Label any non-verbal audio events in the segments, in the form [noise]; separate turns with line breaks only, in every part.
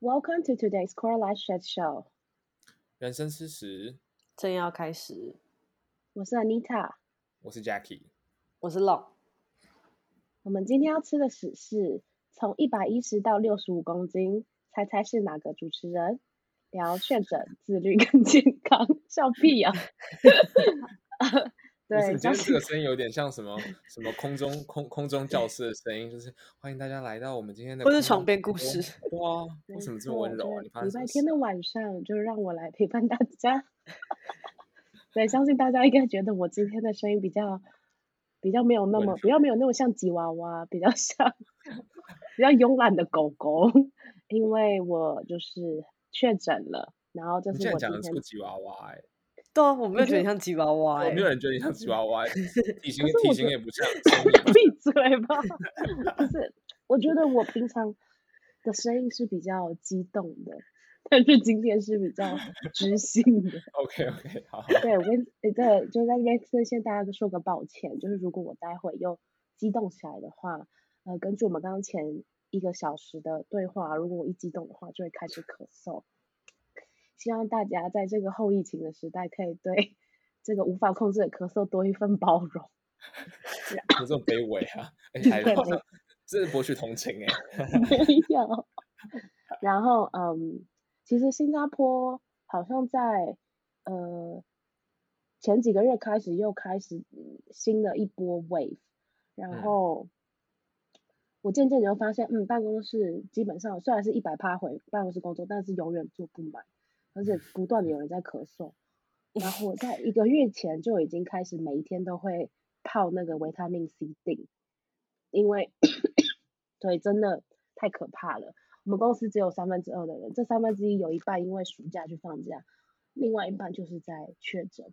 Welcome to today's Core Life Chat Show。
人生吃食，
正要开始，
我是 Anita，
我是 Jackie。
我是浪，
我们今天要吃的屎是从一百一十到六十五公斤，猜猜是哪个主持人？聊确诊、自律跟健康，笑屁呀、
不是
[laughs] 对，
你今
就
天这
是
个声音有点像什
[laughs]
么什么空中空空中教室的声音，就是欢迎大家来到我们今天的
或是
空中
床边
直
故
播
事。
哇，
[laughs]
为
没
什么这么
错
温柔
就
啊？
是
你发生
礼
什
拜
么
天
事？
的晚上，就让我来陪伴大家。 [laughs] 对，相信大家应该觉得我今天的声音比较比较没有那
温
么比较没有那么像吉娃娃，比较像比较慵懒的狗狗，因为我就是确诊了，然后这
你
是
竟然
我
讲
今
得
天
出吉娃娃哎，
对啊，我没有
觉
觉得
得
你像吉娃娃、
我
欸
没，有人觉得你像吉娃娃
[laughs]
欸，体型
是
体
我
型
觉
也不像， [laughs] 声音也不像
闭嘴吧！不是，我觉得我平常的声音是比较激动的，但是今天是比较知性的。
OK OK，好，好
对，我跟呃对，就在这边跟先大家说个抱歉，就是如果我待会又激动起来的话，呃，根据我们刚刚前一个小时的对话，如果我一激动的话，就会开始咳嗽。希望大家在这个后疫情的时代，可以对这个无法控制的咳嗽多一份包容。
有这种卑微啊，而且
[laughs]
还
对
好像真是博取同情
[laughs]
哎。
没有。 [laughs] 然后，嗯，其实新加坡好像在呃前几个月开始又开始嗯新的一波 wave，然
嗯
后、我渐渐地就发现，嗯，办公室基本上虽然是一百趴回办公室工作，但是永远做不满，而且不断的有人在咳嗽。然后我在一个月前就已经开始每一天都会泡那个维他命 C 锭，因为对，真的太可怕了。我们公司只有三分之二的人，这三分之一有一半因为暑假去放假，另外一半就是在确诊，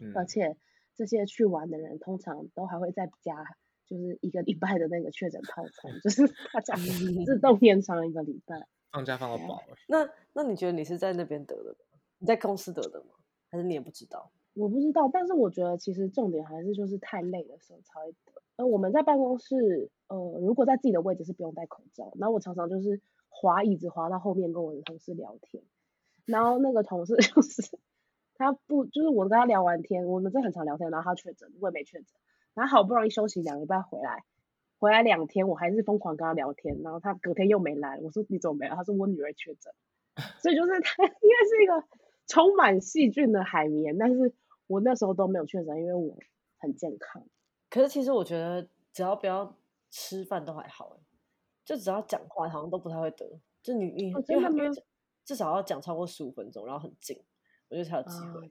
嗯
而且这些去玩的人通常都还会再加，就是一个礼拜的那个确诊套餐，就是大家自动延长一个礼拜。
放假放到饱哎，
那那你觉得你是在那边得的吗？你在公司得的吗？还是你也不知道？
我不知道，但是我觉得其实重点还是就是太累的时候才会得。呃，我们在办公室，呃，如果在自己的位置是不用戴口罩，然后我常常就是滑椅子滑到后面跟我的同事聊天，然后那个同事 [laughs] 就是他不就是我跟他聊完天，我们真的很常聊天，然后他确诊，我也没确诊，然后好不容易休息两个礼拜回来，回来两天我还是疯狂跟他聊天，然后他隔天又没来，我说你怎么没来？他说我女儿确诊。所以就是它 [laughs] 应该是一个充满细菌的海绵，但是我那时候都没有确诊，因为我很健康。
可是其实我觉得，只要不要吃饭都还好、欸，就只要讲话好像都不太会得。就你你、
哦
因
真
为
的
他因为
吗
讲至少要讲超过十五分钟，然后很近，我觉得才有机会，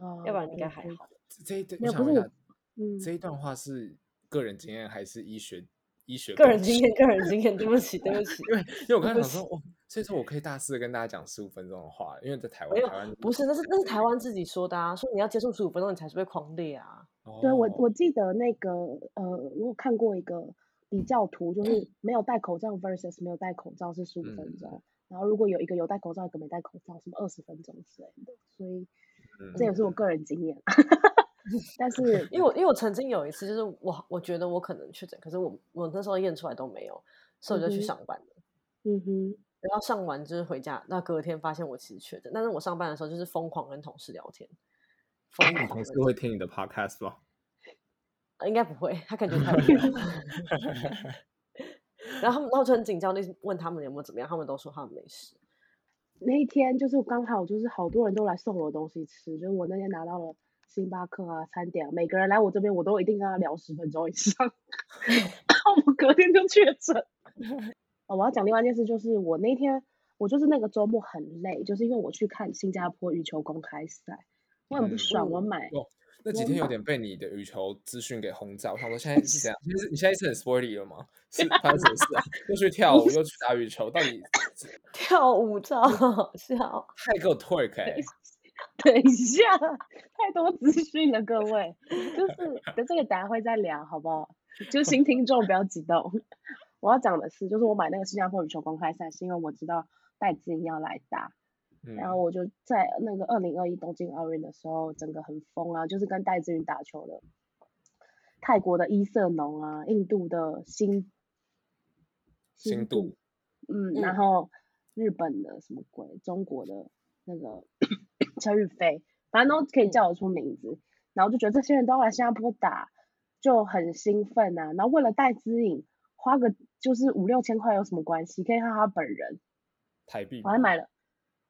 哦，
要不然应该还
嗯
好。
这这一段
没有
我想
不
问
是
一
我
下，
嗯，
这一段话是个人经验还是医学医学
个
共
人经
识
验，个人经验，对不起，对不起，
因为因为我刚才
不
想说，哦，所以说我可以大肆地跟大家讲十五分钟的话，因为在台湾，
没有
台湾，
不是，那是那是台湾自己说的啊，说你要接受十五分钟，你才是被狂裂啊。
对我
哦
我记得那个呃，我有看过一个比较图，就是没有戴口罩 versus 没有戴口罩是十五分
嗯
钟。然后如果有一个有戴口罩，一个没戴口罩，什么二十分钟之类的，所以
嗯
这也是我个人经验。啊 [laughs] 但
[laughs]
是
因为我因为我曾经有一次，就是我我觉得我可能确诊，可是我我那时候验出来都没有，所以我就
嗯
去
哼
上班了。
嗯哼，
然后上完就是回家，那隔天发现我其实确诊，但是我上班的时候就是疯狂跟同事聊天，疯
哦
你
狂
同事
地
会听你的 podcast 吧？
呃应该不会，他感觉太无
[laughs]
聊了。然后他们，然后我就很紧张，那问他们有没有怎么样，他们都说他们没事。 [laughs]
那一天就是刚好就是好多人都来送我东西吃，就是我那天拿到了星巴克啊餐点啊，每个人来我这边我都一定跟他聊十分钟以上，然后我隔天就确诊。 [laughs] 哦，我要讲另外一件事，就是我那天我就是那个周末很累，就是因为我去看新加坡羽球公开赛，我很不
嗯
爽，我
嗯
买
哦那几
我
天有
买
点被你的羽球资讯给轰炸，我想说现在
[laughs]
是怎样？现在是你现在是很 sporty 了吗？是发生什么事啊？又去跳舞，又去打羽球，到底
跳舞照
嗯
好笑，
太给我 twerk 哎、
等一下，太多资讯了，各位，就是等这个等下会再聊，好不好？就新听众不要激动。 [laughs] 我要讲的是，就是我买那个新加坡羽球公开赛，是因为我知道戴资颖要来打，
嗯
然后我就在那个二零二一东京奥运的时候，整个很疯啊，就是跟戴资颖打球的泰国的伊瑟农啊，印度的新
新度，
嗯，然
嗯
后日本的什么鬼，中国的那个陈宇飞，反正都
嗯
可以叫得出名字，然后就觉得这些人都要来新加坡打，就很兴奋啊呐、然后为了戴资颖，花个就是五六千块有什么关系？可以看他本人，
台币
我
吗，
还买了，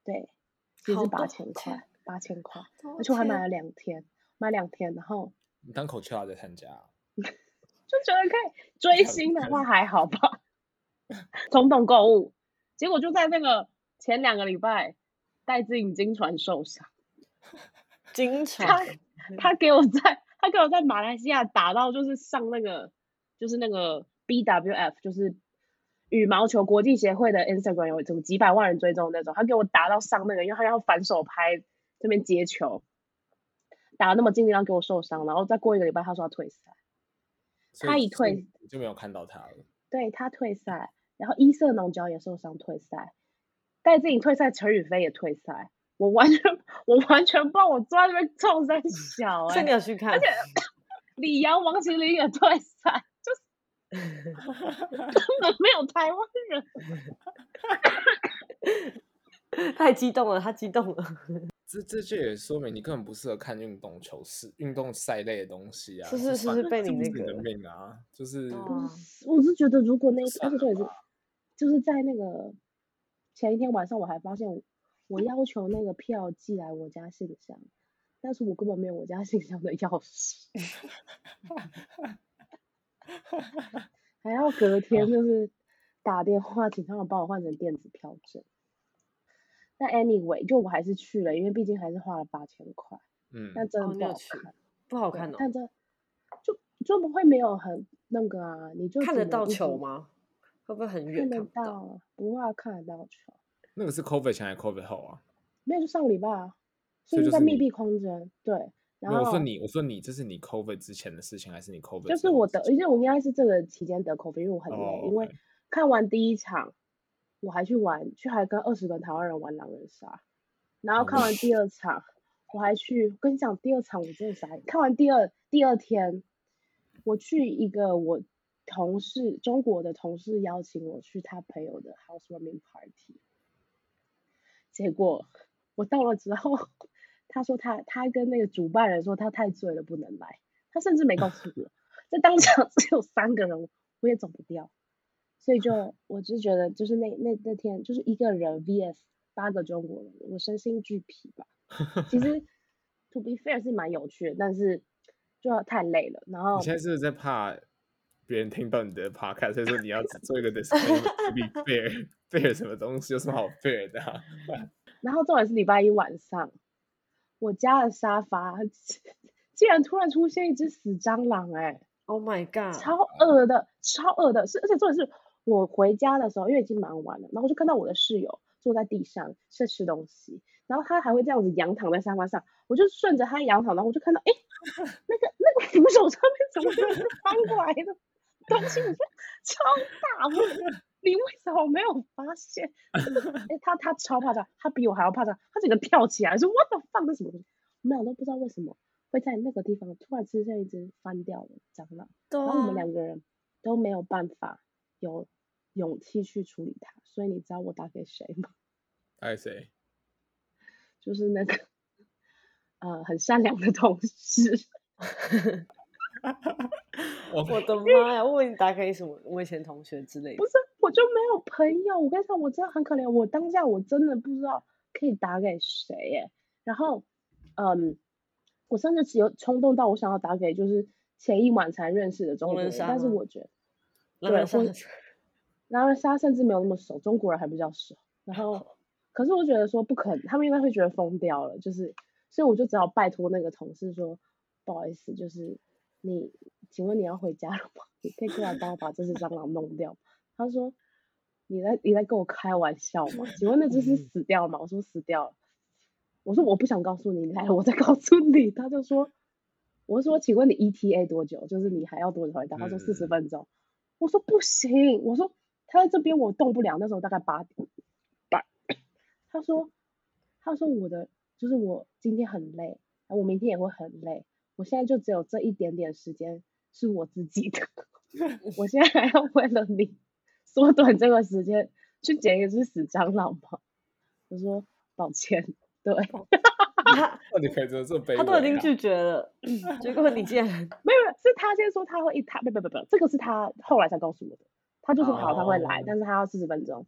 对，其实
好
是八
多
千
钱
块，八千块，
多
[laughs] 而且我还买
钱
了两天，买两天，然后
你当口球啊在参加啊，
就觉得可以追星的话还好吧， [laughs] 冲动购物，结果就在那个前两个礼拜，戴资颖经传受伤，
经常
他他给我在他给我在马来西亚打到就是上那个就是那个 BWF 就是。羽毛球国际协会的 Instagram 有什么几百万人追踪那种，他给我打到上那个，因为他要反手拍这边接球，打得那么尽力，然后给我受伤，然后再过一个礼拜，他说要退赛。
所以
他一
所以
退
你就没有看到他了。
对他退赛，然后伊瑟农脚也受伤退赛，戴志颖退赛，陈宇飞也退赛，我完全我完全不知道我坐在那边冲三小
所
哎、
以你有去看
而且李阳、王麒麟也退赛，就是根本没有台湾人。
[laughs] 太激动了，他激动了，
这这就也说明你根本不适合看运动球是运动赛类的东西啊，
是
这
是是
算
是被
这
你
不
那
是你的
个
命啊，就是
哦
我
哇
是我是觉得如果那一而
算
且
了
这也是
吧
就是在那个前一天晚上，我还发现我我要求那个票寄来我家信箱，但是我根本没有我家信箱的钥匙。还要隔天就是打电话请他们帮我换成电子票证。但 anyway，就我还是去了，因为毕竟还是花了八千块，
嗯，
但真
哦
的
你
不
有
好
去
看。
不好
对
看哦。
但这就就不会没有很那个啊，你就
看
只
得
能
到
一直
球？吗？会不会很远
看
看
得
不到？
到，不怕看得到球。
那个是 COVID 前还是 COVID 后啊？
没有，就上个礼拜啊，
所以
是
就
在
是
密
你
闭空间，对。然
没有，我
后
说你，我说你，这是你 COVID 之前的事情，还是你 COVID
就
之
是
后
我
的
的，
事
而且我应该是这个期间得 COVID，因为我很累，
哦
因为
，OK
看完第一场，我还去玩，去还跟二十个台湾人玩狼人杀，然后
哦
看完第二场，我还去，跟你讲，第二场我真的傻眼，看完第二第二天，我去一个我同事中国的同事邀请我去他朋友的 housewarming party，结果我到了之后，他说他他跟那个主办人说他太醉了不能来，他甚至没告诉我， [laughs] 在当场只有三个人，我也走不掉，所以就我就觉得就是那那那天就是一个人 VS 八个中国人，我身心俱疲吧。其
[laughs]
实 to be fair 是蛮有趣的，但是就要太累了，然
哦
后
你现在是不是在怕别人听到你的 podcast，所以说你要只做一个
[laughs]
disclaimer，to be fair [laughs] fair 什么东西，有什么好 fair 的、啊？
然后重点是礼拜一晚上，我家的沙发 [laughs] 竟然突然出现一只死蟑螂、哎。
Oh my god！
超恶的，超恶的，是而且重点是我回家的时候，因为已经蛮晚了，然后我就看到我的室友坐在地上在吃东西，然后他还会这样子仰躺在沙发上，我就顺着他仰躺，然后我就看到，哎，那个那个扶手上面怎么有一个翻过来的东西？我说超大，我说你为什么没有发现？哎，他他超怕蟑螂，他比我还要怕蟑螂，他整个跳起来说 What the fuck？那什么东西？我们俩都不知道为什么会在那个地方突然出现一只翻掉的蟑螂。
对
然后我们
啊，
两个人都没有办法有勇气去处理它，所以你知道我打给谁吗？
爱谁？
就是那个呃很善良的同事，
我
啊我
[laughs]
的妈呀！我以为你打给什么？我以前同学之类的
不。是我就没有朋友。我跟你讲，我真的很可怜，我当下我真的不知道可以打给谁耶。然后嗯，我甚至只有冲动到我想要打给就是前一晚才认识的中
狼
国
人
人，
杀
但是
吗
我觉得
狼人杀
对我然而他甚至没有那么熟，中国人还比较熟。然后，可是我觉得说不可能，他们应该会觉得疯掉了，就是，所以我就只好拜托那个同事说，不好意思，就是你，请问你要回家了吗？ [laughs] 你可以过来帮我把这只蟑螂弄掉吗。他说，你在你在跟我开玩笑吗？请问那只是死掉吗？我说死掉了。我说我不想告诉你，你来了我再告诉你。他就说，我说请问你 ETA 多久？就是你还要多久回答？他说四十
嗯
分钟。我说不行，我说他在这边我动不了，那时候大概八点半。 [clears throat] 他说，他说我的就是我今天很累，我明天也会很累，我现在就只有这一点点时间是 [laughs] 我自己的，我现在还要为了你缩短这个时间去捡一只死蟑螂吗？” [laughs] 我说：“抱歉，对，
他
那你可以真的这么卑微、啊，
他都已经拒绝了，结果你
[laughs]
竟然
没有，没有是他先说他会一，他不不不不，这个是他后来才告诉我的。他就说好他会来，但是他要四十分钟。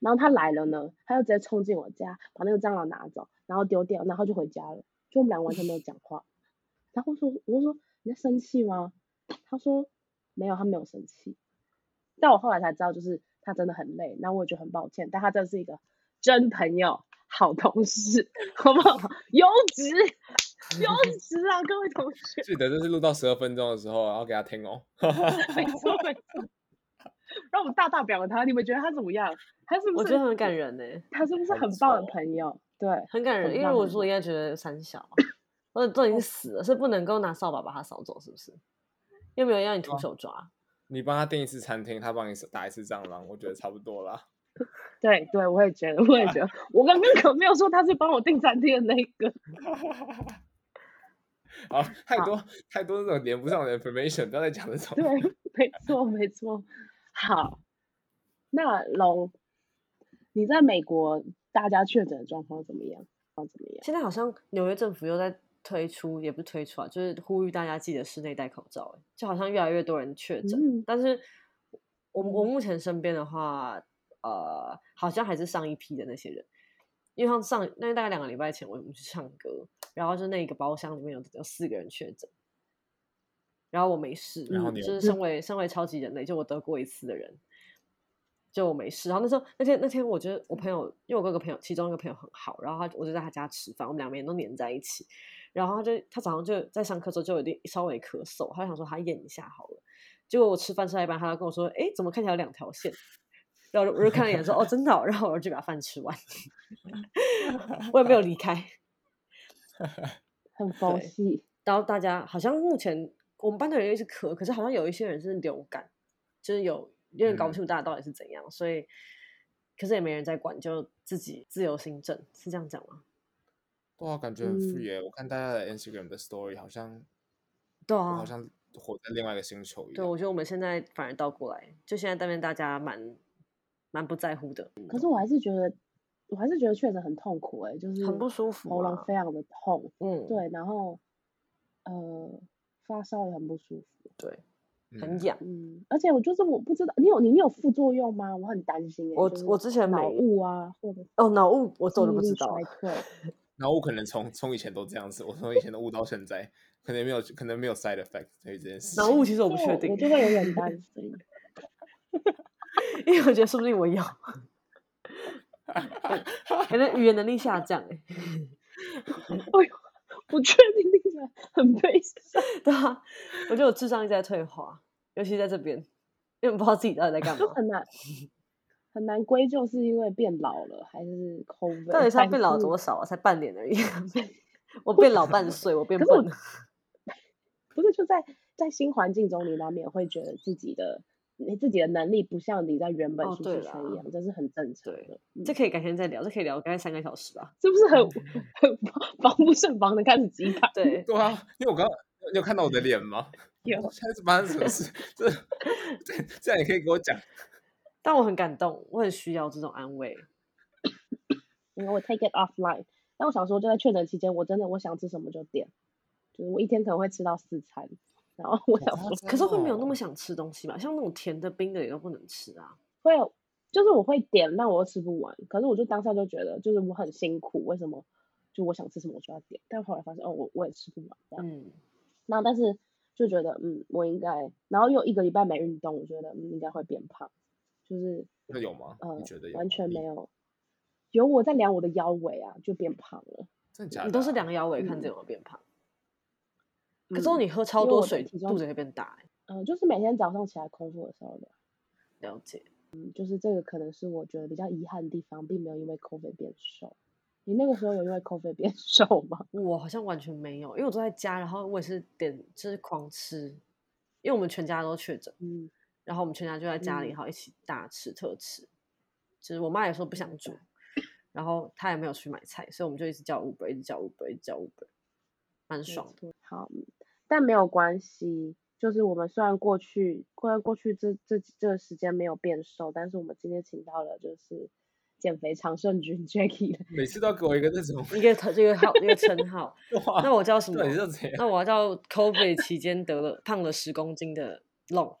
然后他来了呢，他就直接冲进我家，把那个蟑螂拿走，然后丢掉，然后就回家了。就我们俩完全没有讲话。然后说，我就说你在生气吗？他说没有，他没有生气。但我后来才知道，就是他真的很累，那我也觉得很抱歉。但他真的是一个真朋友，好同事，好不好？优质，优质啊，各位同学，
记得就是录到十二分钟的时候，然后给他听哦。
没错没错。让我们大大表扬他，你们觉得他怎么样？他是不是？
我觉得很感人呢、
他是不是
还
很
不
棒的
错
朋友？对，
很感人。
很
因为
棒
我
很
说应该觉得三小，啊
[laughs]
我都已
哦
经死了，是不能够拿扫把把它扫走，是不是？又没有让你
哦
徒
啊
手抓，
你帮他订一次餐厅，他帮你打一次蟑螂，我觉得差不多啦。
对对，我也觉得，我也觉得，我刚刚可没有说他是帮我订餐厅的那个。
好，啊太多太多那种连不上的 information，不要再讲这种。
对，没错，没错。好，那龙，你在美国大家确诊的状况怎么样？怎么样？
现在好像纽约政府又在推出，也不是推出啊，就是呼吁大家记得室内戴口罩、欸。就好像越来越多人确诊，
嗯
但是我我
嗯
目前身边的话，呃，好像还是上一批的那些人，因为他们上那大概两个礼拜前我们去唱歌，然后就那个包厢里面有有四个人确诊。然后我没事，
然后
嗯
你有
就是身为身为超级人类，就我得过一次的人，就我没事。然后那时候那天那天，我觉得我朋友，因为我跟我朋友其中一个朋友很好，然后他我就在他家吃饭，我们两个人都黏在一起。然后他就他早上就在上课之后就有点稍微咳嗽，他就想说他验一下好了。结果我吃饭吃到一半，他就跟我说：“哎，怎么看起来有两条线？”然后我就我就看了一眼说：“哦，真的哦、然后我就把饭吃完， [laughs] 我也没有离开。
很佛
对
系，
然后大家好像目前我们班的人一直咳，可是好像有一些人是流感，就是有有点搞
嗯
不清楚大家到底是怎样，所以可是也没人在管，就自己自由行政，是这样讲吗？
哇，感觉很
嗯
free 耶、我看大家的 Instagram 的 story，好像
对
我
啊
好，像活在另外一个星球一
对，
样。
我觉得我们现在反而倒过来，就现在那边大家蛮蛮不在乎的，
可是我还是觉得，我还是觉得确诊很痛苦哎、就是
很不舒服
喉咙
啊
非常的痛，
嗯，
对，然后呃发烧也很不舒服，
对，
嗯
很痒。
嗯，而且我就是我不知道你有你有副作用吗？我很担心哎、
我
就是
我之前没
脑雾啊，或者
哦，脑雾我
记
走都不
忆
知
力
道
衰，退，
然后我可能从从以前都这样子，我从以前的悟到现在，可能没有可能没有 side effect 对于这件事
脑
情。
雾其实我不
对
确定
我，就会有
[laughs]
点担心。
因为我觉得说不定
[laughs]
我有，可能语言能力下降哎、
哎呦，我确定听起来很悲伤。
[laughs] 对啊，我觉得我智商一直在退化，尤其在这边，因为我不知道自己到底
[laughs]
在干嘛。
很难很难归咎是因为变老了，还是 COVID？
到底是要
还
变老
是
多少啊？才半年
[laughs]
而已，我变老半岁，我变
可是我
笨了。
不是就在在新环境中，你难免会觉得自己的你自己的能力不像你在原本
哦
舒
对
适
啦
圈一样，这是很正常
对
的。嗯
这可以改天再聊，这可以聊大概三个小时吧。
[laughs] 是不是很
[laughs]
很防不胜防的开始击打？
对，
对啊，因为我刚刚你有看到我的脸
[laughs]
吗？
有
我现在是发生什么事？这这这样也可以给我讲。
但我很感动，我很需要这种安慰。
因为我 take it offline。但我想说，就在确诊期间，我真的我想吃什么就点，就是我一天可能会吃到四餐。然后我想说，
可是会没有那么
想。
想吃东西吧？像那种甜的、冰的也都不能吃啊。
会有，就是我会点，但我又吃不完。可是我就当下就觉得，就是我很辛苦，为什么？就我想吃什么我就要点，但后来发现哦，我我也吃不完这样。
嗯，
那但是就觉得嗯，我应该，然后又一个礼拜没运动，我觉得嗯应该会变胖，就是
那有吗？
呃
你觉得有吗？
完全
你
没。有。有我在量我的腰围啊，就变胖了。
真的假的啊？
你都是量腰围看自己
嗯
有没有变胖。可是如果
嗯
你喝超
因为
多
我的
水，
体重
肚子会变大欸。
呃，就是每天早上起来空腹的时候量，
了解。
嗯，就是这个可能是我觉得比较遗憾的地方，并没有因为 COVID 变瘦。你那个时候有因为 COVID 变 [laughs] 瘦吗？
我好像完全没有，因为我都在家，然后我也是点就是狂吃，因为我们全家都确诊，
嗯，
然后我们全家就在家里，
嗯
然后一起大吃特吃。就是我妈也说不想煮，然后她也没有去买菜，所以我们就一直叫 Uber，一直叫 Uber，一直叫 Uber，蛮
没
爽的。
错好，但没有关系，就是我们虽然过去，虽然过去这这这个时间没有变瘦，但是我们今天请到了就是减肥常胜军 Jacky，
每次都要给我一个那种 [laughs]
一个头这个号一个称
[laughs]
号。
啊
哇，
那我叫什么
到？底是怎样？
那我要叫 COVID 期间得了胖了十公斤的 long，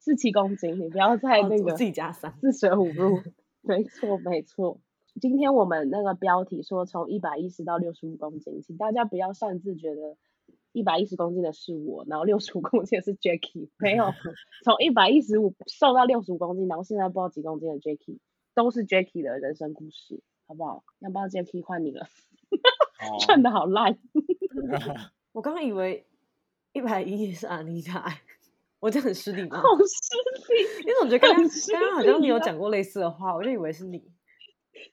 是七公斤，你不要再
哦
那
我
个
自己加三。
四舍五入， [laughs] 没错没错。今天我们那个标题说从一百一十到六十五公斤，请大家不要擅自觉得一百一十公斤的是我，然后六十五公斤的是 Jacky，没有，从一百一十五瘦到六十五公斤，然后现在不知道几公斤的 Jacky，都是 Jacky 的人生故事，好不好？要不要 Jacky 换你了？
哦
[laughs]
好
串的好烂，
[laughs]
我刚刚以为一百一是阿妮塔，我这很失礼吗
好？失礼。 [laughs]
因为我觉得刚刚
很失
刚刚好像你有
礼啊
讲过类似的话，我就以为是你。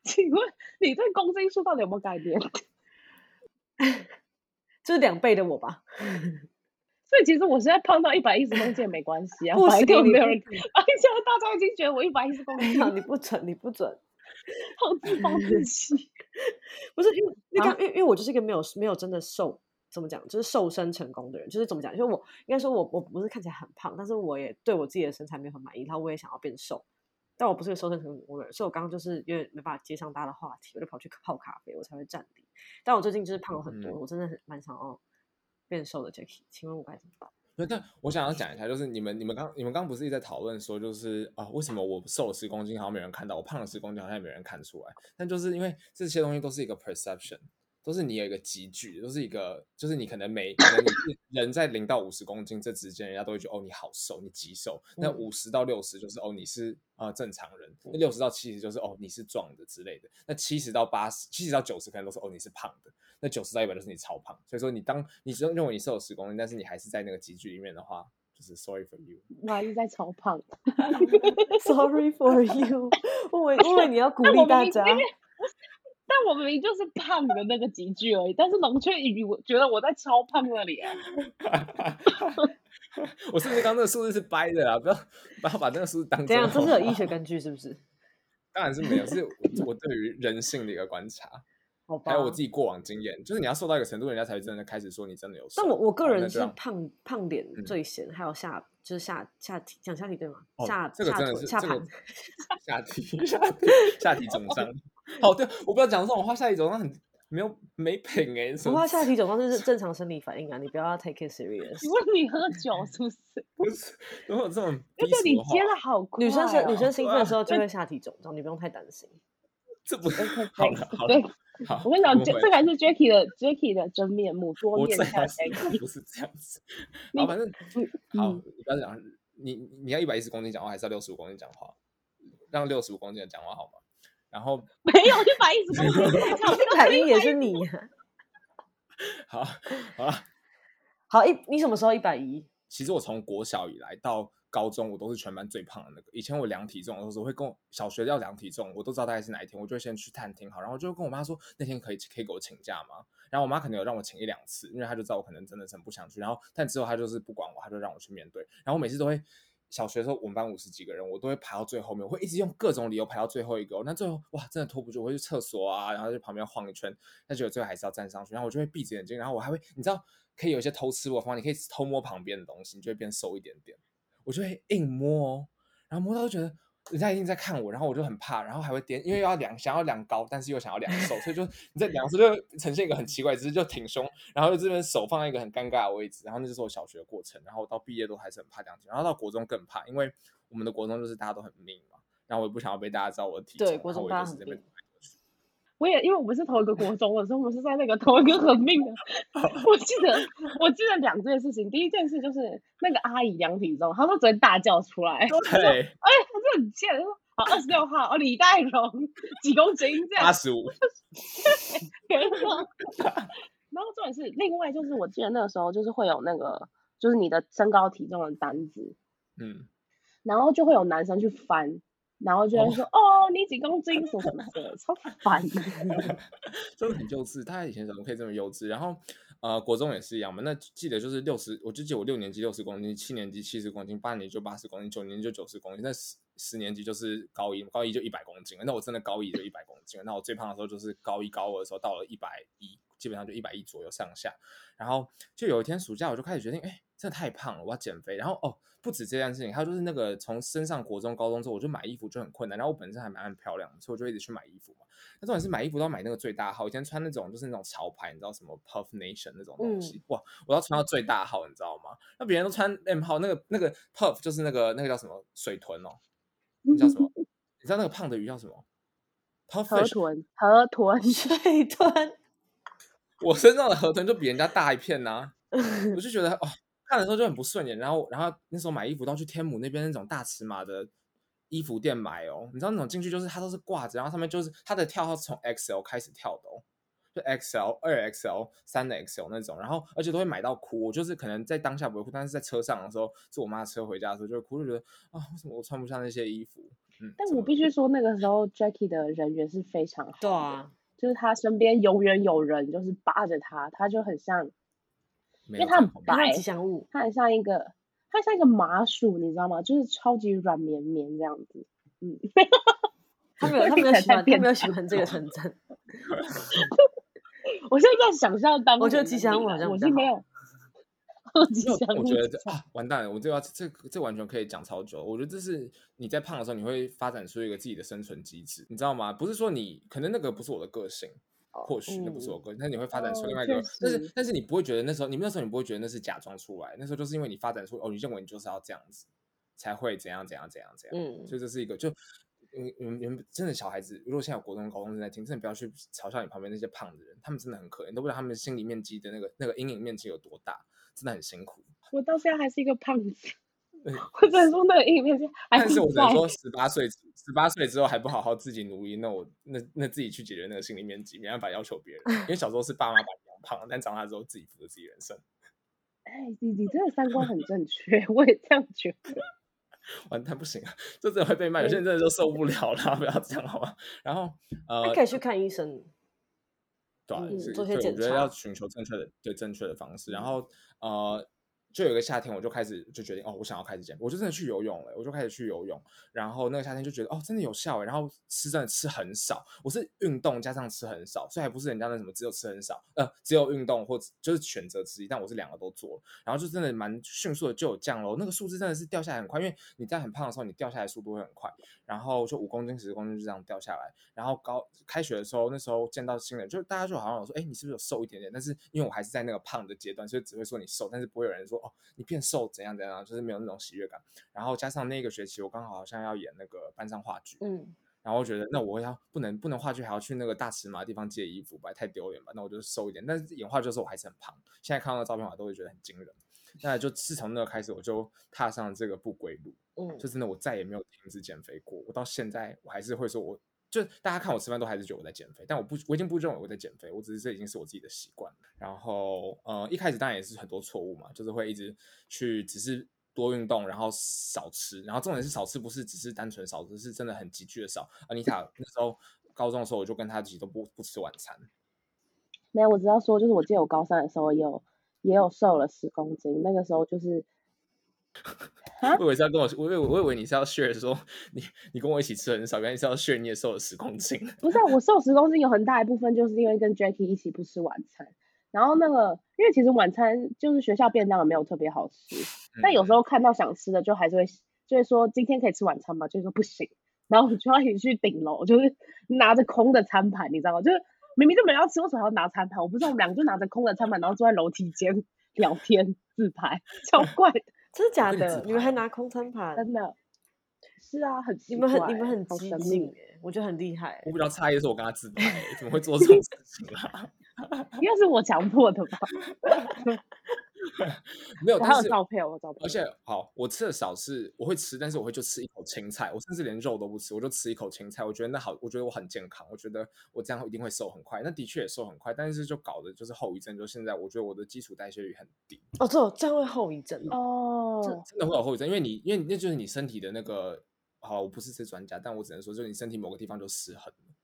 请问你对公斤数到底有没有改变？
就是两倍的我吧，
[laughs] 所以其实我现在胖到一百一十公斤也没关系啊，
不
反正
行，
根本
你
没
不
有人 [laughs] 而且哎大家已经觉得我一百一十
[laughs]
公
没
斤，
有，你不准，你不准，
好自暴自 [laughs] 弃。
不是因为因为
好
刚因为因为我就是一个没有没有真的瘦，怎么讲，就是瘦身成功的人，就是怎么讲，就是我应该说我我不是看起来很胖，但是我也对我自己的身材没有很满意，然后我也想要变瘦，但我不是个瘦身成功的人，所以我刚刚就是因为没办法接上大家的话题，我就跑去泡咖啡，我才会站立。但我最近就是胖了很多，
嗯
我真的很蛮想要变瘦的，Jacky，请问我该怎么办？
那但我想要讲一下，就是你们、你们刚、你们刚不是一直在讨论说，就是啊，为什么我瘦了十公斤好像没人看到，我胖了十公斤好像也没人看出来？但就是因为这些东西都是一个 perception，都是你有一个集聚，都是一个，就是你可能每可能你是人在零到五十公斤这之间，人家都会觉得哦你好瘦，你极瘦；那
嗯
五十到六十就是哦你是啊、呃正常人，那六十到七十就是哦你是壮的之类的，那七十到八十、七十到九十可能都是哦你是胖的。那九十到一百就是你超胖。所以说你当你只认为你瘦了十公斤，但是你还是在那个集聚里面的话，就是 sorry for you。
妈，你在超胖，
Sorry for you，我 [laughs] 以为你要鼓
但 [laughs]
励
我们
大
明
家
明。但我明明就是胖的那个集聚而已，但是龙却以为觉得我在超胖那 [laughs] 里啊。
我是不是刚刚那个数字是掰的啊？不要不要把那个数字当
怎
[laughs]
真
样？这
好
是有
吗
医学根据是不是？
当然是没有，是我我对于人性的一个观察，
好吧。
哎
还有我自己过往经验，就是你要瘦到一个程度，人家才真的开始说你真的有瘦。
但我我个
好啊
人
那这
是
样
胖胖脸
嗯
最咸，还有下就是下下体讲下体对吗？
哦
下
这个
下
真的
腿
是
下
这个
盘
下体下体 [laughs] 下体肿胀。哦，对，我不要讲这种话，下体肿胀很没有没品哎、欸。什
不
么
过下体肿胀这是
[laughs]
正常生理反应啊，你不要 take it
请
serious。
问你喝酒是不是？
不是，如果这种
而
低
且
俗
你
的
接
话
的好快、哦，
女生
[laughs]
是女生兴奋
对
的
啊
时候就
那
会下体肿胀，你不用太担心。
这不是
OK，
好
对
了好
对
了，好。
我跟你讲，
们
这
回
这才是 Jacky 的 Jacky 的真面目，多
我
面
这
向
样是
Jacky。
不是这样子？
你
好，反正
嗯
好
嗯，
你不要讲，你你要一百一十公斤讲话，还是要六十五公斤讲话？让六十五公斤的讲话好吗？然后
[laughs] 没有一百一十公斤，
[laughs]
反应也是你啊。
好好了，
好，一你什么时候一百一？
其实我从国小以来到高中，我都是全班最胖的那个。以前我量体重的时候，会跟我小学要量体重，我都知道大概是哪一天，我就会先去探听好，然后就跟我妈说那天可以可以给我请假吗？然后我妈可能有让我请一两次，因为她就知道我可能真的是很不想去。然后但之后她就是不管我，她就让我去面对。然后我每次都会。小学的时候，我们班五十几个人，我都会排到最后面，我会一直用各种理由排到最后一个哦、那最后哇，真的拖不住，我会去厕所啊，然后就旁边晃一圈，但结果最后还是要站上去，然后我就会闭着眼睛，然后我还会，你知道，可以有一些偷吃我的方法，你可以偷摸旁边的东西，你就会变瘦一点点。我就会硬摸哦，然后摸到就觉得人家一定在看我，然后我就很怕，然后还会颠，因为要量想要量高，但是又想要量瘦，所以就你在量的时候就呈现一个很奇怪的姿势，只是就挺胸，然后就这边手放在一个很尴尬的位置，然后那就是我小学的过程，然后到毕业都还是很怕量体重，然后到国中更怕，因为我们的国中就是大家都很命嘛，然后我也不想要被大家知道我的体重，
对
然
国
后
中
我
大
也就是
家很
这边
命 [laughs]
我也因为我们是同一个国中的，所以我们是在那个同一个很命
[laughs]
的。我记得我记得两件事情，第一件事就是那个阿姨量体重，她都直接大叫出来，哎，
对
她真的很贱，她说好二十六号哦，李代荣 [laughs] 几公斤这
八
样，
十五。
[laughs] 然后重点是另外就是我记得那个时候就是会有那个就是你的身高体重的单子，
嗯，
然后就会有男生去翻，然后就会
哦
说哦你几公斤什么什么的，超烦的。
真的很幼稚。大家以前怎么可以这么幼稚？然后，呃，国中也是一样嘛。那记得就是六十，我就记得我六年级六十公斤，七年级七十公斤，八年级就八十公斤，九年级就九十公斤，那十十年级就是高一，高一就一百公斤了。那我真的高一就一百公斤了。那我最胖的时候就是高一高二的时候到了一百一基本上就一百一左右上下。然后就有一天暑假，我就开始决定，哎，真的太胖了，我要减肥。然后哦，不止这件事情，还有就是那个从升上国中、高中之后，我就买衣服就很困难。然后我本身还蛮爱漂亮的，所以我就一直去买衣服嘛。那重点是买衣服都要买那个最大号，以前穿那种就是那种潮牌，你知道什么 Puff Nation 那种东西，哇，我要穿到最大号，你知道吗？那别人都穿 M 号，那个那个 Puff 就是那个那个叫什么水豚哦，那叫什么？你知道那个胖的鱼叫什么？Puff
[laughs] 河
fish
豚，河豚，
水
啊
豚，
我身上的河豚就比人家大一片呐、
[laughs]
我就觉得哦，看的时候就很不顺眼。然后，然后那时候买衣服都要去天母那边那种大尺码的衣服店买哦。你知道那种进去就是它都是挂着，然后上面就是它的跳号是从 XL 开始跳的哦，就 XL、二 XL、三的 XL 那种。然后而且都会买到哭。我就是可能在当下不会哭，但是在车上的时候，坐我妈的车回家的时候就会哭，就觉得啊、为什么我穿不上那些衣服？嗯，
但
怎
我
么
必须说，那个时候 Jackie 的人缘是非常好的，
对啊，
就是他身边永远有人，就是扒着他，他就很像，
没
因为
有
它
看
很
旁边
白
它是吉祥物，
他很像一个，他很像一个麻薯，你知道吗？就是超级软绵绵这样子。嗯，
他没有，他没有
听
喜
起来太
欢，他没有
变
喜欢这个称赞。
我现在在想象当年的你啊，
我觉得吉祥物好像
我
比较
是没有， [laughs] 吉
没有
祥物，
我觉得这啊，完蛋了，我这要这这完全可以讲超久。我觉得这是你在胖的时候，你会发展出一个自己的生存机制，你知道吗？不是说你可能那个不是我的个性，或许那不是我个性，但你会发展出另
哦
外一个。
确
但是
实
但是你不会觉得那时候，你那时候你不会觉得那是假装出来，那时候就是因为你发展出哦，你认为你就是要这样子才会怎样怎样怎样怎样。
嗯，
所以这是一个就。你你们你们真的小孩子，如果现在有国中、高中正在听，真的不要去嘲笑你旁边那些胖的人，他们真的很可怜，都不知道他们心理面积的那个那个阴影面积有多大，真的很辛苦。
我到现在还是一个胖子，
对
我只能说那个影
[laughs]
片是还
但是我只能
在
说，十八岁十八岁之后还不好好自己努力，那我那那自己去解决那个心理面积，没办法要求别人，因为小时候是爸妈把你养胖，但长大之后自己负责自己人生。
哎，你你真的三观很正确， [laughs] 我也这样觉得。
完蛋不行啊，这真的会被骂，有些人真的就受不了 [laughs] 了，不要这样好吗？然后呃
他，可以去看医生。
对啊，
嗯
是
做些
对，我
检
觉得要
查嗯
寻求正确的对正确的方式。然后呃，就有一个夏天，我就开始就决定哦，我想要开始减肥，我就真的去游泳了，我就开始去游泳。然后那个夏天就觉得哦，真的有效欸然后吃真的吃很少，我是运动加上吃很少，所以还不是人家那什么只有吃很少，呃，只有运动或者就是选择之一，但我是两个都做了，然后就真的蛮迅速的就有降喽，那个数字真的是掉下来很快，因为你在很胖的时候，你掉下来速度会很快，然后就五公斤、十公斤就这样掉下来。然后高开学的时候，那时候见到新人，就大家就好像有说，哎，你是不是有瘦一点点？但是因为我还是在那个胖的阶段，所以只会说你瘦，但是不会有人说哦，你变瘦怎样怎样，就是没有那种喜悦感。然后加上那个学期我刚好好像要演那个班上话剧，
嗯，
然后我觉得那我要不能不能话剧还要去那个大尺码的地方借衣服吧，太丢脸吧。那我就瘦一点，但是演话剧的时候我还是很胖，现在看到那照片我都会觉得很惊人。那就自从那个开始，我就踏上这个不归路。
嗯
就真的我再也没有停止减肥过。我到现在我还是会说我，就大家看我吃饭都还是觉得我在减肥，但我不我已经不认为我在减肥，我只是这已经是我自己的习惯了。然后呃一开始当然也是很多错误嘛，就是会一直去只是。多运动，然后少吃，然后重点是少吃，不是只是单纯少吃，是真的很急剧的少。安妮塔那时候高中的时候，我就跟她一起都不不吃晚餐，
啊没有，我只要说，就是我记得我高三的时候也有也有瘦了十公斤，那个时候就是啊
我以为是要跟我，我以为我以为你是要 share 说你你跟我一起吃很少，原来你是要 share 你也瘦了十公斤。
不是啊、我瘦十公斤有很大一部分就是因为跟 Jackie 一起不吃晚餐，然后那个因为其实晚餐就是学校便当也没有特别好吃，
嗯
但有时
候
候看到想吃的就还是会就会说今天可以吃晚餐吗？就会说不行，然后我就要一起去顶楼，就是拿着空的餐盘，你知道吗？就是明明就没有要吃，为什么还要拿餐盘？我不知道，我们两个就拿着空的餐盘，然后坐在楼梯间 [laughs] 聊天自拍，超怪的，
真的假
跟你自
的？你们
拍
还
哦
拿空餐盘？
真的。是啊，很
你
奇
们很
怪
你们很
好
激
神
进
秘
哎，我觉得很厉害欸
我。比较诧异的是，我跟他自拍欸，怎么会做这种事情啊？ [laughs]
应该是我强迫的吧？
没有，
我还
哦但
有
是
照片，我有照片
而。且好，我吃的少是我会吃，但是我会就吃一口青菜，我甚至连肉都不吃，我就吃一口青菜。我觉得那好，我觉得我很健康，我觉得我这样一定会瘦很快。那的确也瘦很快，但是就搞的就是后遗症，就现在我觉得我的基础代谢率很低，
哦，这这样会后遗症
哦
哦。
这，真的会有后遗症，因为你因为那就是你身体的那个。好，我不是这专家，但我只能说，就是你身体某个地方就失衡了。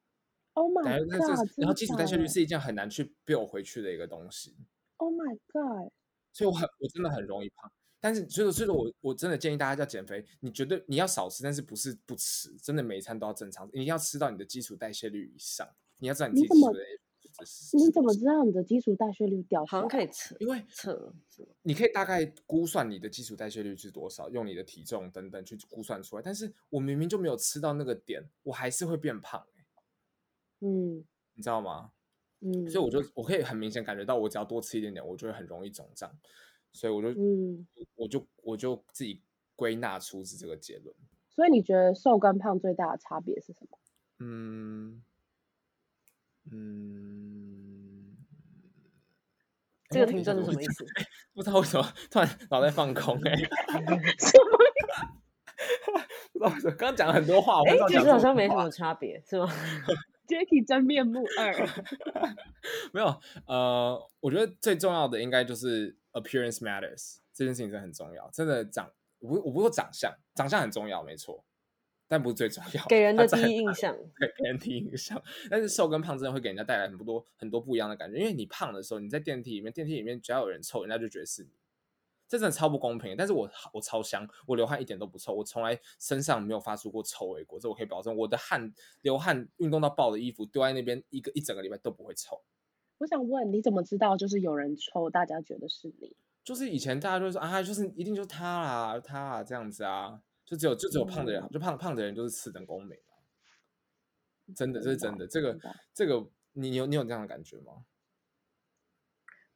Oh my
感觉那这
god！
是，然后
真
基础
假
代谢率
的欸
是一件很难去 build 回去的一个东西。
Oh my god！
所以我很我真的很容易胖。但是所以所以我我真的建议大家要减肥，你绝对你要少吃，但是不是不吃，真的每一餐都要正常，你一定要吃到你的基础代谢率以上。你要知道你自
你
己
怎
基
么
础代谢率是
你怎么知道你的基础代谢率掉下
好
来？
像可以测
因为
测什么
你可以大概估算你的基础代谢率是多少，用你的体重等等去估算出来。但是我明明就没有吃到那个点，我还是会变胖、欸，
嗯
你知道吗？
嗯，
所以我就我可以很明显感觉到，我只要多吃一点点，我就会很容易肿胀。所以我就、
嗯，
我就我就自己归纳出是这个结论。
所以你觉得瘦跟胖最大的差别是什么？ [laughs]
嗯嗯，
这
诶
个
我
停
等一下
顿是
怎么
什么
会
意
讲
思？
哎不知道为什么突然脑袋放空
[laughs]
哎、欸，
什么？
不知道为什么刚刚讲了很多话，我不知道
哎其
讲
实
什
好
么
像没什
话
么差别，是吗？
Jacky 真面
[laughs]
目二，
没有，呃，我觉得最重要的应该就是 appearance matters 这件事情真的很重要，真的长，我不我不说长相，长相很重要，没错，但不是最重要，
给人
它
的第
占
一印象，
对给人第一印象。但是瘦跟胖真的会给人家带来很不多很多不一样的感觉，因为你胖的时候，你在电梯里面，电梯里面只要有人臭，人家就觉得是你。这真的超不公平的，但是我我超香，我流汗一点都不臭，我从来身上没有发出过臭味过，这我可以保证。我的汗、流汗、运动到爆的衣服丢在那边一个一整个礼拜都不会臭。
我想问你怎么知道就是有人抽，大家觉得是你？
就是以前大家就会说啊，就是一定就是他啦，他啦这样子啊，就只有就只有胖
嗯
的人，就胖胖的人就是次等公民嘛。真的，这是真的，这个
明白
这个，你你有你有这样的感觉吗？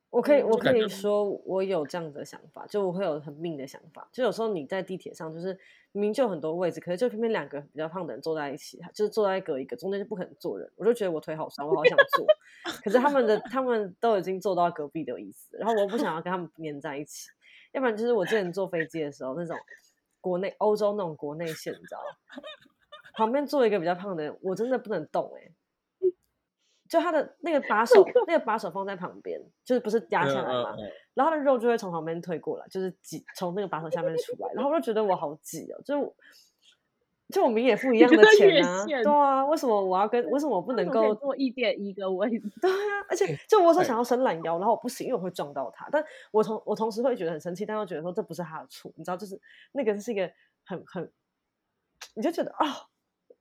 我可以，
嗯
我
就
感
可以
觉
说，我有这样子的想法，就我会有很命的想法。就有时候你在地铁上，就是明明就有很多位置，可是就偏偏两个比较胖的人坐在一起，就是坐在隔一个，中间就不可能坐人。我就觉得我腿好酸，我好想坐，可是他们的他们都已经坐到隔壁的椅子，然后我不想要跟他们粘在一起。要不然就是我之前坐飞机的时候，那种国内欧洲那种国内线，你知道吗？旁边坐一个比较胖的人，我真的不能动哎、就他的那个把手，那个把手放在旁边，就是不是压下来
嗯
嘛，
嗯嗯
然后他的肉就会从旁边推过来，就是挤从那个把手下面出来，然后我就觉得我好挤哦，就我就我们也付一样
觉
的
得越
钱啊，
线
对啊，为什么我要跟为什么我不
为
能
什么可以
够
坐一点一个位置？
对啊，而且就我说
对
想要伸懒腰，然后我不行，因为我会撞到他。但我同我同时会觉得很生气，但又觉得说这不是他的错，你知道，就是那个是一个很很，你就觉得啊、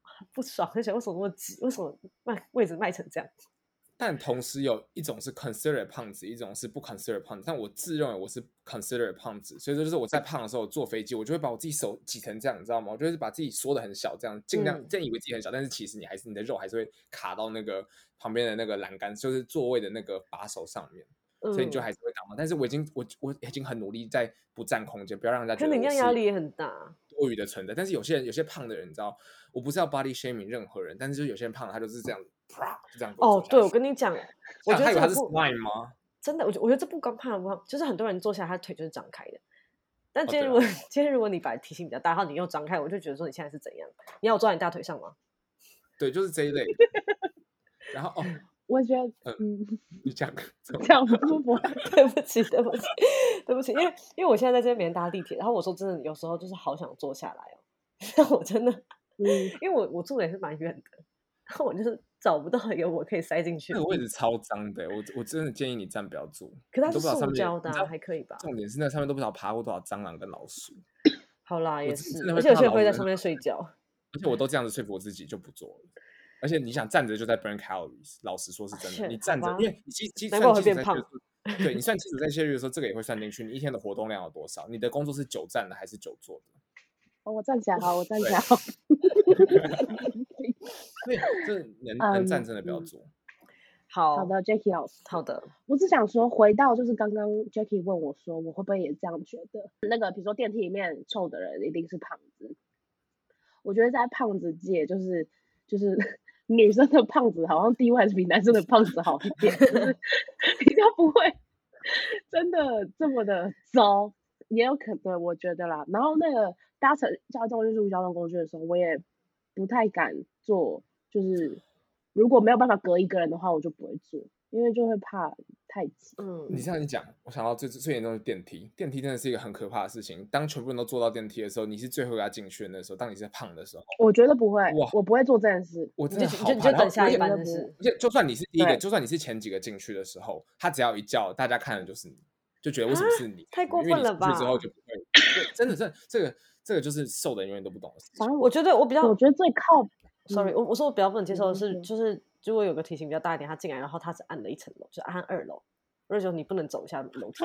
很不爽，就觉得为什么那么挤，为什么卖位置卖成这样？
但同时有一种是 consider 胖子，一种是不 consider 胖子。但我自认为我是 consider 胖子，所以这就是我在
嗯
胖的时候我坐飞机，我就会把我自己手挤成这样，你知道吗？我就是把自己缩的很小，这样尽量
嗯
真以为自己很小，但是其实你还是你的肉还是会卡到那个旁边的那个栏杆，就是座位的那个把手上面，所以你就
嗯
还是会打嘛。但是我已经我我已经很努力在不占空间，不要让人家
可
觉
你
得
那
我
样压
是
力也很大，
多余的存在。但是有些人有些胖的人，你知道，我不是要 body shaming 任何人，但是就有些人胖了，他就是这样，啪就这样给我
哦
坐，下
对，我
去
跟你讲，我觉
他
得
以为
这
他是
个不
slime 吗？
真的，我觉我觉得这不光胖不胖，就是很多人坐下来他腿就是张开的。但
哦
今天
对
如
啦
果、今天如果你把体型比较大，然后你又张开，我就觉得说你现在是怎样？你要我坐在你大腿上吗？
对，就是这一
[laughs]
类。然后哦，
[laughs] 我觉得
呃
嗯，
你讲 [laughs] 怎么
这样不不
对不起，对不起，对不起，因为因为我现在在这边搭地铁，然后我说真的，有时候就是好想坐下来哦， [laughs] 但我真的，
嗯，
因为我我住的也是蛮远的，然后我就是找不到一个我可以塞进去
那
的
个位
地
置超脏的，欸我我真的建议你站不要坐。
可它
你都不
是
知道上
塑
面
胶
有
的
你知
啊
道
还可以吧
重点是那上面都不知道爬过多少蟑螂跟老鼠，
好啦，也
自己真
是，
的
而
会
且有
怕
些人
老
会在
人
上面睡觉。
而且我都这样子说服我自己就不做了。而且你想站着就在 burn calories，老实说是真的。
是
你
好
站着
吧，
因为你基基
难
算
怪我
基础
会变
代谢
胖
率的时候，
[laughs]
对你算基础代谢率的时候，这个也会算进去。你一天的活动量有多少？你的工作是久站的还是久坐的？
哦我站起来好，我站起
对
来好。
所以这能能站
嗯
真的不要
嗯
做。
好
好的，Jacky 老师，
好的，
我只想说，回到就是刚刚 Jacky 问我说，我会不会也这样觉得？那个比如说电梯里面臭的人一定是胖子，我觉得在胖子界就是就是 [laughs] 女生的胖子好像地位还是比男生的胖子好一点，就是 [laughs] 比较不会真的这么的糟，也有可能我觉得啦。然后那个搭乘交通运输交通工具的时候，我也不太敢坐，就是如果没有办法隔一个人的话，我就不会坐，因为就会怕太挤。
嗯，
你这样一讲，我想到最最最严重的是电梯。电梯真的是一个很可怕的事情。当全部人都坐到电梯的时候，你是最后要进去的那时候。当你是胖的时候，
我觉得不会
哇，
我不会做这件事。
我
你
真的
就你
好
就你
怕。
就
然后
等下
而
一
且
觉
班
得
的
不
事，
而且就算你是第一个，
对
就算你是前几个进去的时候，他只要一叫，大家看的就是你，就觉得为什么是你？
啊太过
因为
分
你
了
进去之后
吧
就不会，对，真的，这这个这个就是瘦的人永远都不懂的事情
反。正
我
我
觉得我比较
我觉得最靠
，sorry，
嗯
我我说我比较不能接
你
受的
先
是，
说
就是如果有个体型比较大一点，他进来，然后他只按了一层楼，就是按二楼，我就觉得你不能走一下楼梯，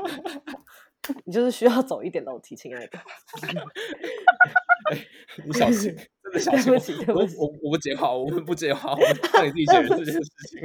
你就是需要走一点楼梯，亲爱的。
你小心，真的小
对
心！
不
我
起对不
我
起
我我不接话，我们不接话，我们
[laughs]
让你自己解决这件事情，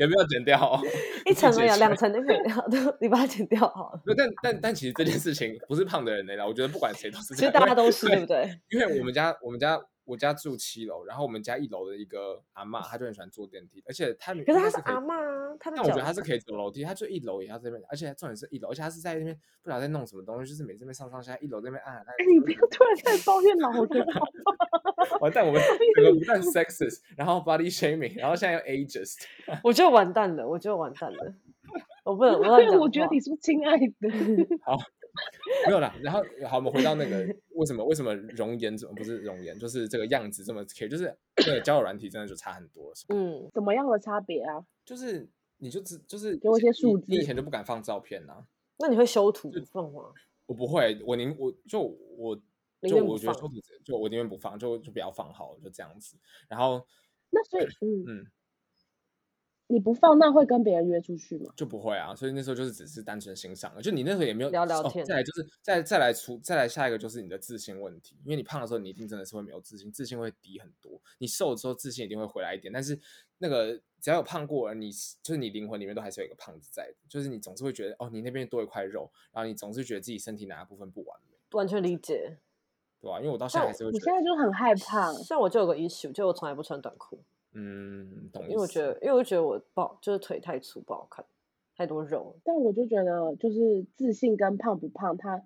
[laughs] 有没有剪掉？
一层
解
而已啊，
决
两层都可以掉，都你把它剪掉好了。
不但但但其实这件事情不是胖的人的啦，我觉得不管谁都是
其
这样，
实大
因
家
为
都是，对不
对？
对？
因为我们家我们家我家住七楼，然后我们家一楼的一个阿嬷，她就很喜欢坐电梯，而且她
可是他
她
是
可以
阿嬷啊，他的
但我觉
脚
得他是可以走楼梯，他就一楼也要这边，而且重点是一楼，而且他是在那边不晓得在弄什么东西，就是每次那边上上下下一楼那边按。哎
哎，你不要突然开始抱怨老人好不好，
完蛋，我们整个不但 sexist，然后 body shaming，然后现在又 ageist。
我觉得完蛋了，我觉得完蛋了，
[laughs]
我不能，我
因
乱
为
讲
我觉得
话
你是不是亲爱的？
没有啦，然后好，我们回到那个为什么为什么容颜这么不是容颜，就是这个样子这么 care，就是那个交友软体真的就差很多了，
嗯，
怎么样的差别啊？
就是你就只就是
给我一些
你
数
你以
字
前就不敢放照片呐、
那你会修图放吗？
我不会，我宁我就我
宁
就
愿不
我觉得
放
修图纸就我宁愿不放，就就不要放好了，就这样子。然后
那所以，嗯，
嗯，
你不放那会跟别人约出去吗？
就不会啊，所以那时候就是只是单纯欣赏了，就你那时候也没有
聊聊
哦
天
再来就是再再来出再来下一个就是你的自信问题，因为你胖的时候你一定真的是会没有自信，自信会低很多。你瘦的时候自信一定会回来一点，但是那个只要有胖过人，你就是你灵魂里面都还是有一个胖子在的，就是你总是会觉得哦你那边多一块肉，然后你总是觉得自己身体哪个部分不完美，完
完全理解。
对吧、因为我到现
但我
在还是会
我
觉
现在
得，
就很害怕，
像我就有个 issue，就我从来不穿短裤，
嗯，懂意思。
因为我觉得，因为我觉得我不好，就是腿太粗不好看，太多肉 [laughs] 了。
但我就觉得就是自信跟胖不胖，它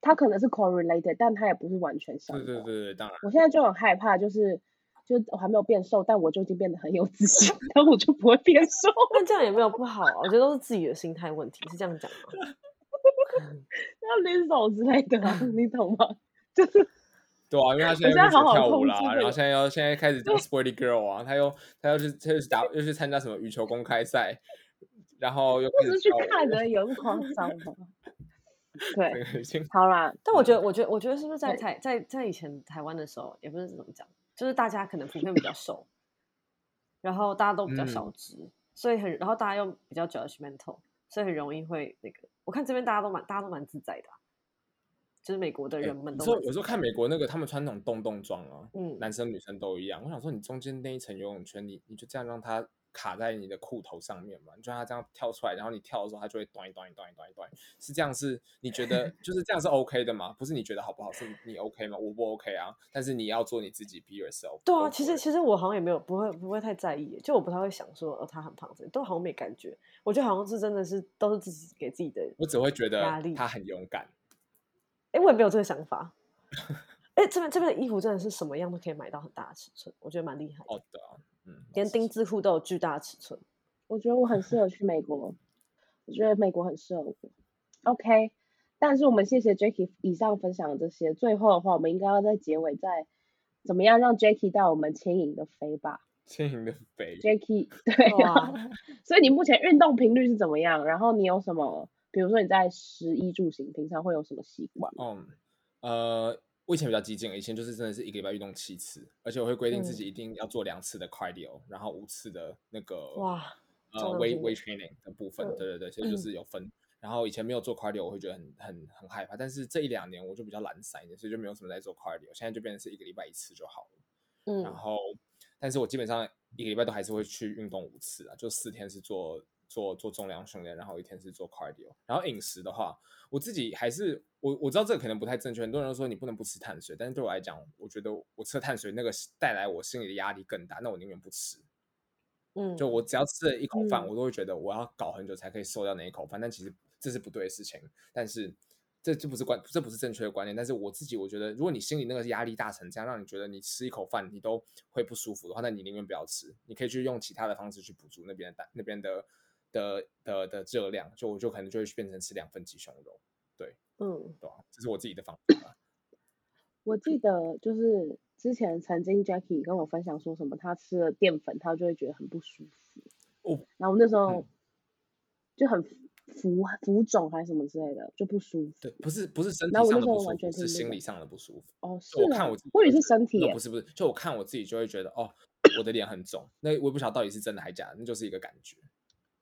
它可能是 correlated，但它也不是完全相
对
关。
对对对，当然
我现在就很害怕，就是就我还没有变瘦，但我就已经变得很有自信， [laughs] 然后我就不会变瘦。
但这样也没有不好啊，我觉得都是自己的心态问题，是这样
[laughs]
讲吗？
要拎手之类的啊、你懂吗？就是
对啊，因为他现
我现在
在又开始
好好
跳舞
控
啦，
制这
然后
个
现在要现在开始当 sporty girl 啊，他又他又去他又去打又去参加什么羽球公开赛，然后又
我
开
只
始
是去
跳舞
看而已，有那么夸张吗？对，
这个
[laughs]
已经
好啦，
但我觉得，我觉得，我觉得是不是在
对
台在在以前台湾的时候，也不是怎么讲，就是大家可能普遍比较瘦，然后大家都比较小
嗯
只，所以很，然后大家又比较 judgmental，所以很容易会那个。我看这边大家都蛮大家都蛮自在的啊、就是美国的
哎
人们
有
都
时候
蛮
有时候看美国那个他们穿那种洞洞装啊，
嗯，
男生女生都一样。我想说，你中间那一层游泳圈，你你就这样让它卡在你的裤头上面嘛？你就让它这样跳出来，然后你跳的时候，它就会端一端一端一端一端，是这样是？你
[laughs]
觉得就是这样是 OK 的吗？不是你觉得好不好？是你 OK 吗？我不 OK 啊，但是你要做你自己，be yourself。
对啊，其实其实我好像也没有不会不会太在意耶，就我不太会想说哦他很胖之类，都好像没感觉。我觉得好像是真的是都是自己给自己的，
我只会觉得
压力
他很勇敢。
哎，我也没有这个想 [laughs] 法。哎，这边这边的衣服真的是什么样都可以买到很大的尺寸，我觉得蛮厉害的，
哦，对啊，嗯，
连丁字裤都有巨大的尺寸。
我觉得我很适合去美国，我觉得美国很适合我。OK，但是我们谢谢 Jacky 以上分享的这些。最后的话，我们应该要在结尾再怎么样让 Jacky 带我们牵引的飞吧。
轻盈的肥。
Jacky，对 [laughs] 啊
哇，
所以你目前运动频率是怎么样？然后你有什么，比如说你在食衣住行，平常会有什么习惯？
嗯，呃，我以前比较激进，以前就是真的是一个礼拜运动七次，而且我会规定自
嗯
己一定要做两次的 cardio，然后五次的那个
哇，
呃
重量
weight
训
weight
练
training 的部分，
嗯
对对对，所以就是有分。然后以前没有做 cardio，我会觉得很很很害怕，但是这一两年我就比较懒散一点，所以就没有什么在做 cardio，现在就变成是一个礼拜一次就好了。然
嗯，
后，但是我基本上一个礼拜都还是会去运动五次啊，就四天是做做做重量训练，然后一天是做 cardio。然后饮食的话，我自己还是我我知道这个可能不太正确，很多人都说你不能不吃碳水，但是对我来讲，我觉得我吃了碳水那个是带来我心里的压力更大，那我宁愿不吃。
嗯，
就我只要吃了一口饭，
嗯
我都会觉得我要搞很久才可以瘦掉那一口饭，但其实这是不对的事情。但是这这不是观，这不是正确的观念。但是我自己我觉得，如果你心里那个压力大成这样，让你觉得你吃一口饭你都会不舒服的话，那你宁愿不要吃，你可以去用其他的方式去补足那边的蛋那边的的的的热量。就我就可能就会去变成吃两份鸡胸肉，
嗯，
对吧？这是我自己的方法啦。
我记得就是之前曾经 Jacky 跟我分享说什么，他吃了淀粉，他就会觉得很不舒服。
哦
然后我那时候
嗯
就很浮浮肿还是什么之类的，就不舒服。
对，不是不是身体
那我那
上的
时候
不舒
完全
服，
听
是
不
心
懂
理上的不舒服。
哦，是
就我看
哦
我自己
我以为
就是
身体
那
耶
不是不是，就我看我自己就会觉得哦，我的脸很肿，那我也不晓得到底是真的还假的，那就是一个感觉。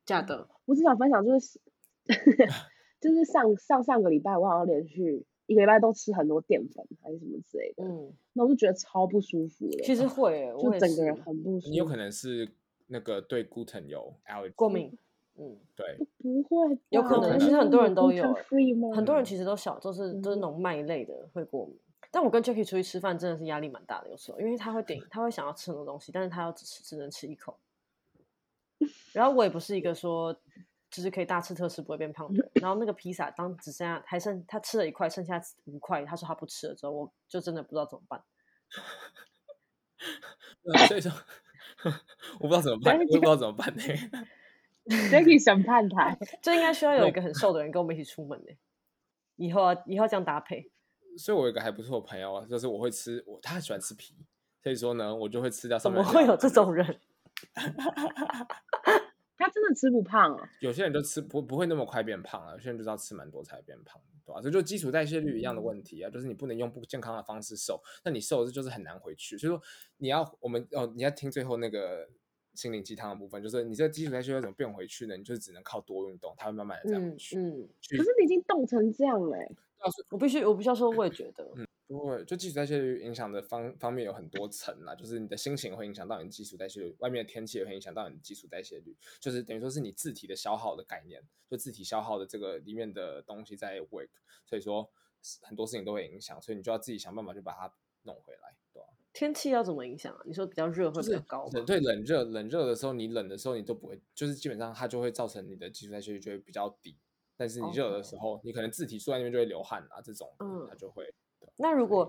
假的，
我只想分享就是 [laughs]
[laughs]
就是上上上个礼拜我好像连续一个礼拜都吃很多淀粉还是什么之类的，
嗯，
那我就觉得超不舒服的，
其实会耶，
就
我也
整个人
是
很不舒服。
你有可能是那个对 gluten 有 allergy
嗯过敏，嗯，
对，
不会吧，
有可
能
那
其
实很
你
多人都
gluten
有欸
free 吗？
[laughs] 很多
嗯
人其实都小，就是都是
嗯
那种麦类的会过敏。但我跟 Jackie 出去吃饭真的是压力蛮大的，有时候因为他会
[laughs]
点，他会想要吃很多东西，但是他要只吃只能吃一口。然后我也不是一个说就是可以大吃特吃不会变胖的人。然后那个披萨当只剩下还剩他吃了一块，剩下五块，他说他不吃了之后，我就真的不知道怎么办。
对所以说 [laughs] 我不知道怎么办，我
但
也
是
不知道怎么办呢、 [laughs]
Jacky 审判
[laughs]
台，
就应该需要有
那
一个很瘦的人跟我们一起出门呢、欸以后啊，以后这样搭配，
所以我有一个还不错的朋友啊，就是我会吃，我他很喜欢吃皮，所以说呢，我就会吃掉
怎
上面
么
的
会
料
有这种人？ [laughs]
他真的吃不胖啊？
有些人就吃不不会那么快变胖了，啊有些人就是要吃蛮多才变胖，对吧、这就基础代谢率一样的问题啊，就是你不能用不健康的方式瘦，那你瘦了就是很难回去。所以说你要我们哦，你要听最后那个心灵鸡汤的部分，就是你这个基础代谢率要怎么变回去呢？你就只能靠多运动，它会慢慢的这样回
嗯
去。
嗯，
去
可是你已经冻成这样了欸，
我必须我必须要说，我也觉得，
不会，就基础代谢率影响的方方面有很多层啦，就是你的心情会影响到你的基础代谢率，外面的天气也会影响到你的基础代谢率，就是等于说是你自体的消耗的概念，就自体消耗的这个里面的东西在 work，所以说是很多事情都会影响，所以你就要自己想办法去把它弄回来，对吧、
天气要怎么影响啊？你说比较热会
就
比较
是
高
冷
吗？
对冷热，冷热的时候你冷的时候你都不会，就是基本上它就会造成你的基础代谢率就会比较低，但是你热的时候，你可能自体坐在那边就会流汗啊，这种
哦嗯
它就会。对
那
所
如
以
果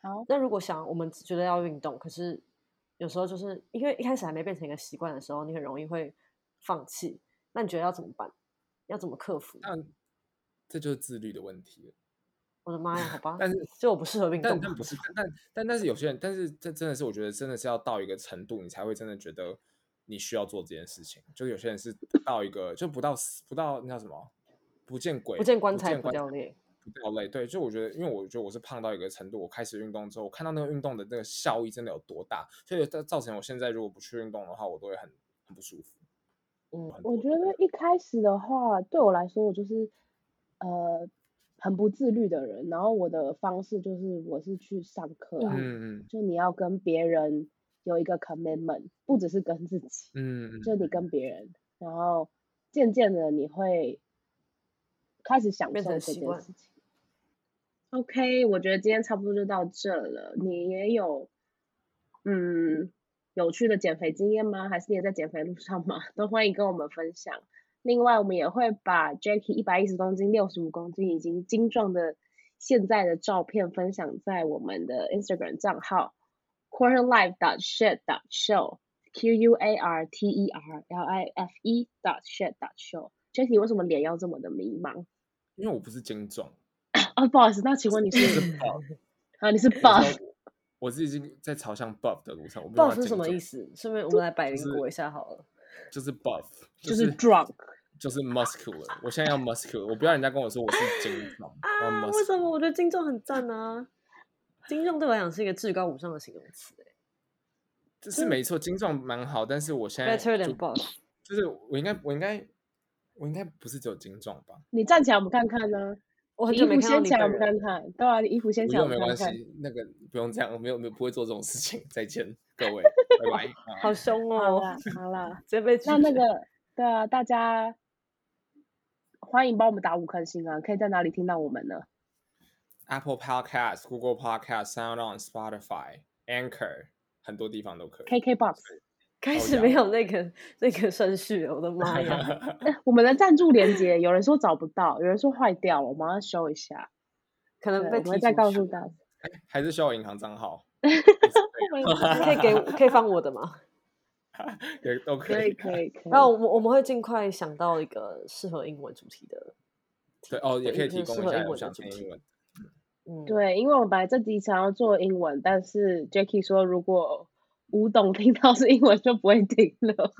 好，
那如果想我们觉得要运动，可是有时候就是因为一开始还没变成一个习惯的时候，你很容易会放弃。那你觉得要怎么办？要怎么克服？
但这就是自律的问题了。，
我的妈呀，好吧
但是
就我不适合运
但
动
但
吧。
不是，但但但但是有些人，但是这真的是我觉得真的是要到一个程度，你才会真的觉得你需要做这件事情。就是有些人是到一个就不到死不到那叫什么不见鬼
不见棺材
见
不
棺
掉泪。
不掉泪。对，就我觉得，因为我觉得我是胖到一个程度，我开始运动之后，我看到那个运动的那个效益真的有多大，所以造造成我现在如果不去运动的话，我都会很很不舒服。
嗯
很
我
多
觉得一开始的话，对我来说，我就是呃很不自律的人，然后我的方式就是我是去上课啊，
嗯嗯
就你要跟别人有一个 commitment，不只是跟自己，
嗯嗯，
就你跟别人，然后渐渐的你会开始享
变
受
成
这
习
件
惯
事情。OK，我觉得今天差不多就到这了。你也有嗯有趣的减肥经验吗？还是你也在减肥路上吗？ [laughs] 都欢迎跟我们分享。另外，我们也会把 Jackie 一百一十公斤、六十五公斤已经精壮的现在的照片分享在我们的 Instagram 账号 quarter life dot shit dot show q u a r t e r l i f e dot shit dot show。Jackie 为什么脸要这么的迷茫？
因为我不是精
[laughs]
壮，
哦，不好意思，那请问你
我是
是
buff，
啊，你是
我知
buff
道我我是已经在朝向 buff 的路上。我不知道
buff 是什么意
思？
思？顺便我们来百灵
是
果一下好了。
就是 buff，
就是是 drunk。
就是 muscular。我现在要 muscular，我不要人家跟我说我是精壮，我要
啊，为
muscular。
什么我觉得精壮很赞呢？精壮对我来讲是一个至高无上的形容
[laughs]
词、欸
这是没错，精壮蛮好，但是我现在
欸 better
就
than buff。
就是我应该我应该我应该不是只有精壮吧？
你站起来我们看看呢、
我很
你
久
衣
没
服
看到
掀
你
起来我
本
们
人
看
了，
看，对啊，你衣服掀
不
起来我
用没
们
关
看
系
看。，
那个不用这样，我没有没有不会做这种事情。再见，各位，拜拜。啊
好凶
好
哦！
啦好啦，
直接被
[laughs]
拒
那那个
绝
对啊，大家欢迎帮我们打五颗星啊！可以在哪里听到我们呢？
Apple Podcast、Google Podcast、Sound On、Spotify、Anchor，很多地方都可以。
KKBox，
开
好
始
呀
没有那个那个顺序了，我的妈呀！
哎、我们的赞助连接，有人说找不到，有人说坏掉了，我马上修一下。
可
对，
能嗯被
我
提
会再
出
告
去
诉
了
大家。
还是需要我银行账号，
我们
[laughs] 你可以给我可以放我
[laughs]
的吗？
也都
可以可以 [laughs] 可以
然。后我们我们会尽快想到一个适合英文主题的题，
对哦，也可以
就
提
是
供
适
一
合
下
英
我
文的
想
主
听英
题。
文。
嗯，
对，因为我们本来这集想要做英文，但是 Jackie 说如果吴董听到是英文就不会听了，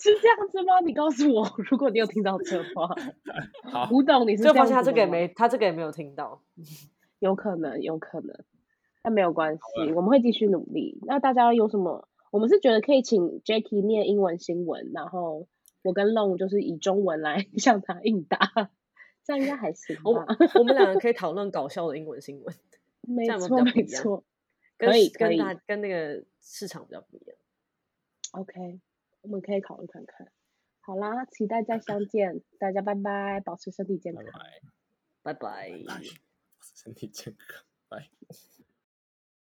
是这样子吗？你告诉我，如果你有听到这话，
嗯
好，
吴董你是
就
这
发
样
现他
子
这个也
的吗 [laughs]
没他这个也没有听到。
有可能，有可能。但没有关系，我们会继续努力。那大家有什么？我们是觉得可以请 Jacky 念英文新闻，然后我跟 Long 就是以中文来 [laughs] 向他应答，这样应该还行
我
吧
们？我
[laughs]
们两个可以讨论搞笑的英文新闻，
没
哦这样我
错，
们
没
比较不一样
错。
跟
可以可
跟
以
大跟那个市场比较不一样。
OK，我们可以考虑看看。好啦，期待再相见，大家拜拜，保
[laughs]
持身体健
拜
康。
拜，
拜拜。
身体健康，拜。